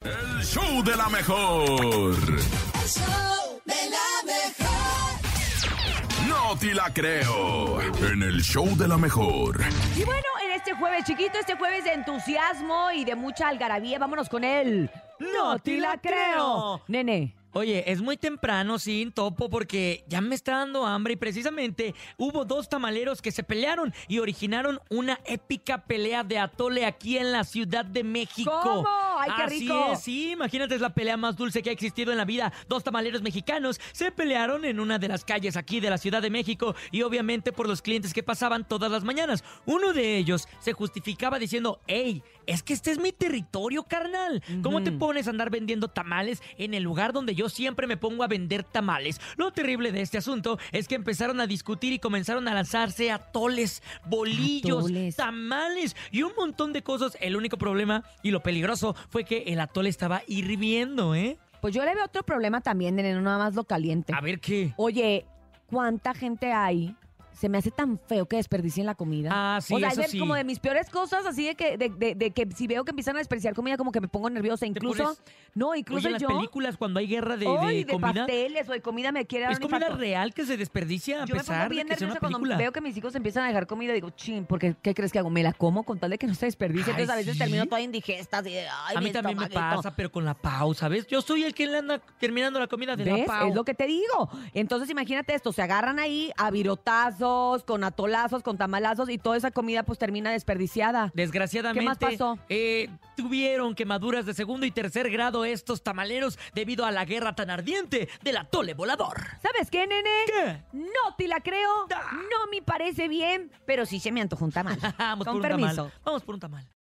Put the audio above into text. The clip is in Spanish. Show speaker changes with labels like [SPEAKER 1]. [SPEAKER 1] El show de la mejor.
[SPEAKER 2] El show de la mejor.
[SPEAKER 1] No te la creo. En el show de la mejor.
[SPEAKER 3] Y bueno, en este jueves chiquito, este jueves de entusiasmo y de mucha algarabía, vámonos con él.
[SPEAKER 4] No te la creo.
[SPEAKER 3] Nene.
[SPEAKER 4] Oye, es muy temprano, sin topo, porque ya me está dando hambre y precisamente hubo dos tamaleros que se pelearon y originaron una épica pelea de atole aquí en la Ciudad de México.
[SPEAKER 3] ¿Cómo? ¡Ay, qué
[SPEAKER 4] Así
[SPEAKER 3] rico!
[SPEAKER 4] es, sí, imagínate, es la pelea más dulce que ha existido en la vida. Dos tamaleros mexicanos se pelearon en una de las calles aquí de la Ciudad de México y obviamente por los clientes que pasaban todas las mañanas. Uno de ellos se justificaba diciendo, hey, es que este es mi territorio, carnal. ¿Cómo te
[SPEAKER 3] Ujú.
[SPEAKER 4] pones a andar vendiendo tamales en el lugar donde yo siempre me pongo a vender tamales? Lo terrible de este asunto es que empezaron a discutir y comenzaron a lanzarse atoles, bolillos,
[SPEAKER 3] Atoles.
[SPEAKER 4] tamales y un montón de cosas. El único problema y lo peligroso fue que el atole estaba hirviendo, ¿eh?
[SPEAKER 3] Pues yo le veo otro problema también, nene, no nada más lo caliente.
[SPEAKER 4] A ver qué.
[SPEAKER 3] Oye, ¿cuánta gente hay? Se me hace tan feo que desperdicien la comida.
[SPEAKER 4] Ah, sí,
[SPEAKER 3] o sea,
[SPEAKER 4] eso
[SPEAKER 3] es de-
[SPEAKER 4] sí.
[SPEAKER 3] como de mis peores cosas, así de que, de, de- de que si veo que empiezan a desperdiciar comida, como que me pongo nerviosa. Incluso,
[SPEAKER 4] pones-
[SPEAKER 3] no,
[SPEAKER 4] Oye,
[SPEAKER 3] incluso
[SPEAKER 4] en las
[SPEAKER 3] yo.
[SPEAKER 4] películas cuando hay guerra de, de
[SPEAKER 3] Ay, de
[SPEAKER 4] comida,
[SPEAKER 3] pasteles o de comida me quiere dar
[SPEAKER 4] es
[SPEAKER 3] un
[SPEAKER 4] comida
[SPEAKER 3] infarto.
[SPEAKER 4] real que se desperdicia a
[SPEAKER 3] Yo me pongo
[SPEAKER 4] pesar
[SPEAKER 3] bien
[SPEAKER 4] de que sea
[SPEAKER 3] nerviosa
[SPEAKER 4] una
[SPEAKER 3] cuando
[SPEAKER 4] película.
[SPEAKER 3] veo que mis hijos empiezan a dejar comida. Digo, chin, porque ¿qué crees que hago? Me la como con tal de que no se desperdicie.
[SPEAKER 4] Ay,
[SPEAKER 3] Entonces a veces
[SPEAKER 4] ¿sí?
[SPEAKER 3] termino toda indigesta, así de, ay,
[SPEAKER 4] a mí
[SPEAKER 3] mi
[SPEAKER 4] también me
[SPEAKER 3] estomaguito.
[SPEAKER 4] pasa, pero con la pausa, ¿ves? Yo soy el que le anda terminando la comida de la
[SPEAKER 3] ¿Ves?
[SPEAKER 4] pausa.
[SPEAKER 3] Es lo que te digo. Entonces imagínate esto, se agarran ahí a virotazos, con atolazos, con tamalazos y toda esa comida pues termina desperdiciada.
[SPEAKER 4] Desgraciadamente,
[SPEAKER 3] ¿Qué más pasó?
[SPEAKER 4] eh, tuvieron quemaduras de segundo y tercer grado estos tamaleros debido a la guerra tan ardiente del atole volador.
[SPEAKER 3] ¿Sabes qué, nene?
[SPEAKER 4] ¿Qué? Ah.
[SPEAKER 3] No te la creo,
[SPEAKER 4] Da.
[SPEAKER 3] no me parece bien, pero sí se me antojó un tamal.
[SPEAKER 4] Vamos
[SPEAKER 3] Con
[SPEAKER 4] por un
[SPEAKER 3] permiso.
[SPEAKER 4] tamal. Vamos por un tamal.